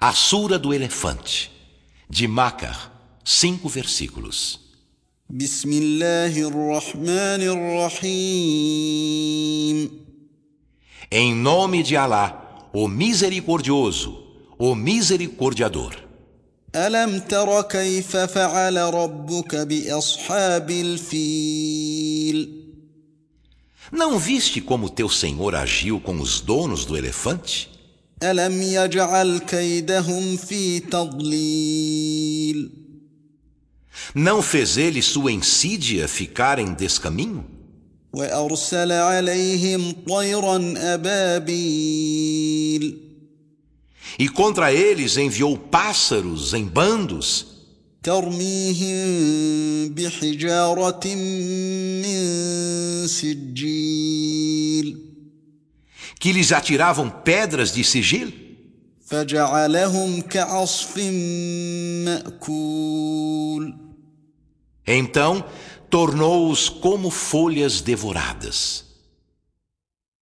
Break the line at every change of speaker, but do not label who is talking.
A Sura do Elefante, de Macar, cinco versículos.
بسم الله الرحمن الرحيم
Em nome de Alá, o Misericordioso, o Misericordiador.
ألم تر كيف فعل ربك بأصحاب الفيل
Não viste como teu Senhor agiu com os donos do elefante?
ألم يجعل كيدهم في تضليل
Não fez ele sua insídia ficar em descaminho?
وأرسل عليهم طيرا أبابيل
E contra eles enviou pássaros em bandos,
ترميهم بحجارة من سجيل
que lhes atiravam pedras de sigilo,
فجعلهم كعصف مأكول
então tornou-os como folhas devoradas.